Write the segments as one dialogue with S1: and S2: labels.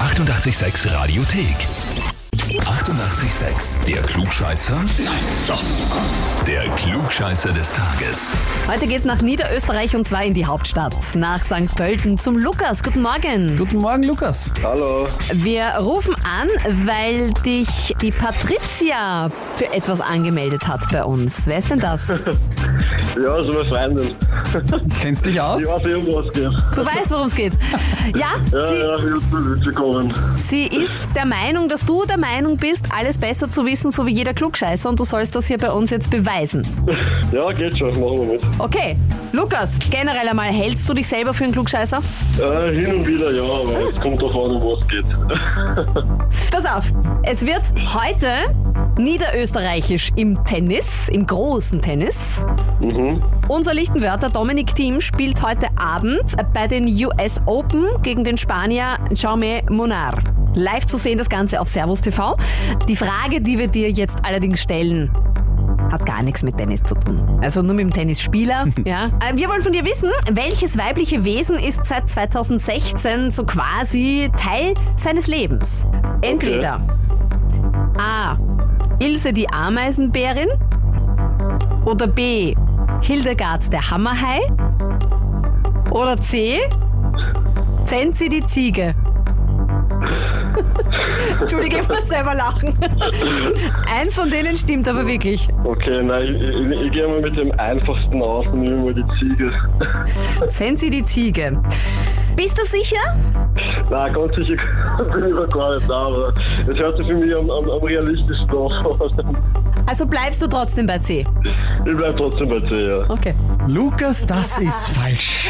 S1: 886 Radiothek. 88,6. Der Klugscheißer? Nein, doch. Der Klugscheißer des Tages.
S2: Heute geht's nach Niederösterreich und zwar in die Hauptstadt, nach St. Pölten zum Lukas. Guten Morgen.
S3: Guten Morgen, Lukas.
S4: Hallo,
S2: Wir rufen an, weil dich die Patricia für etwas angemeldet hat bei uns. Wer ist denn das? Du
S4: ja, so eine Freundin.
S3: Kennst dich aus?
S4: Ich weiß nicht, um was geht. Ja,
S2: weißt, worum es geht. Ja,
S4: ja, ich bin zu Witz gekommen.
S2: sie, sie ist der Meinung, dass du der Meinung bist, alles besser zu wissen, so wie jeder Klugscheißer und du sollst das hier bei uns jetzt beweisen.
S4: Ja, geht schon, machen wir mit.
S2: Okay, Lukas, generell einmal, hältst du dich selber für einen Klugscheißer?
S4: Äh, hin und wieder, ja, aber es kommt drauf an, um was geht.
S2: Pass auf, es wird heute niederösterreichisch im Tennis, im großen Tennis.
S4: mhm.
S2: Unser Lichtenwörter Dominik Thiem spielt heute Abend bei den US Open gegen den Spanier Jaume Monar. Live zu sehen das Ganze auf Servus TV. Die Frage, die wir dir jetzt allerdings stellen, hat gar nichts mit Tennis zu tun. Also nur mit dem Tennisspieler. ja. Äh, Wir wollen von dir wissen, welches weibliche Wesen ist seit 2016 so quasi Teil seines Lebens? Entweder A. Ilse die Ameisenbärin oder B. Hildegard der Hammerhai oder C. Zenzi die Ziege. Entschuldige, ich muss selber lachen. Eins von denen stimmt aber wirklich.
S4: Okay, nein, ich, ich, ich gehe mal mit dem einfachsten aus und nehme mal die Ziege.
S2: Zenzi die Ziege. Bist du sicher?
S4: nein, ganz sicher bin ich mir gar nicht da, aber es hört sich für mich am, am, am realistischsten an.
S2: Also bleibst du trotzdem bei C.
S4: Ich bleib trotzdem bei C, ja.
S2: Okay.
S3: Lukas, das ist falsch.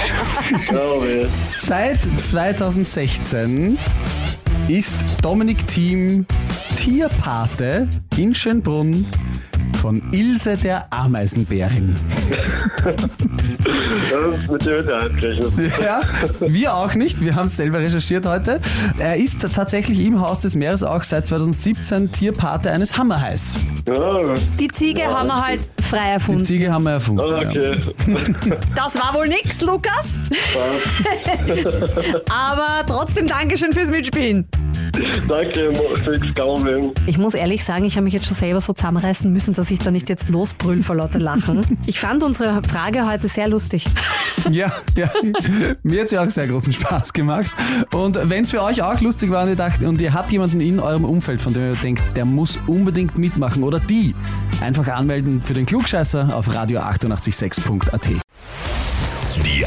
S4: Ja, weh.
S3: Seit 2016 ist Dominik Thiem Tierpate in Schönbrunn von Ilse der Ameisenbärin.
S4: Ja, mit dem hätte ich eingerechnet.
S3: Ja, wir auch nicht. Wir haben es selber recherchiert heute. Er ist tatsächlich im Haus des Meeres auch seit 2017 Tierpate eines Hammerhais.
S4: Ja,
S2: Die Ziege haben wir halt frei
S3: Die
S2: erfunden.
S3: Ziege haben wir erfunden. ja.
S4: Ah, okay.
S2: Das war wohl nix, Lukas. Aber trotzdem Dankeschön fürs Mitspielen.
S4: Danke, fix, kein Problem.
S2: Ich muss ehrlich sagen, ich habe mich jetzt schon selber so zusammenreißen müssen, dass ich da nicht jetzt losbrüllen vor lauter Lachen. Ich fand unsere Frage heute sehr lustig.
S3: Ja, ja. Mir hat's ja auch sehr großen Spaß gemacht. Und wenn's für euch auch lustig war und ihr, dacht, und ihr habt jemanden in eurem Umfeld, von dem ihr denkt, der muss unbedingt mitmachen oder die, einfach anmelden für den Klugscheißer auf radio886.at.
S1: Die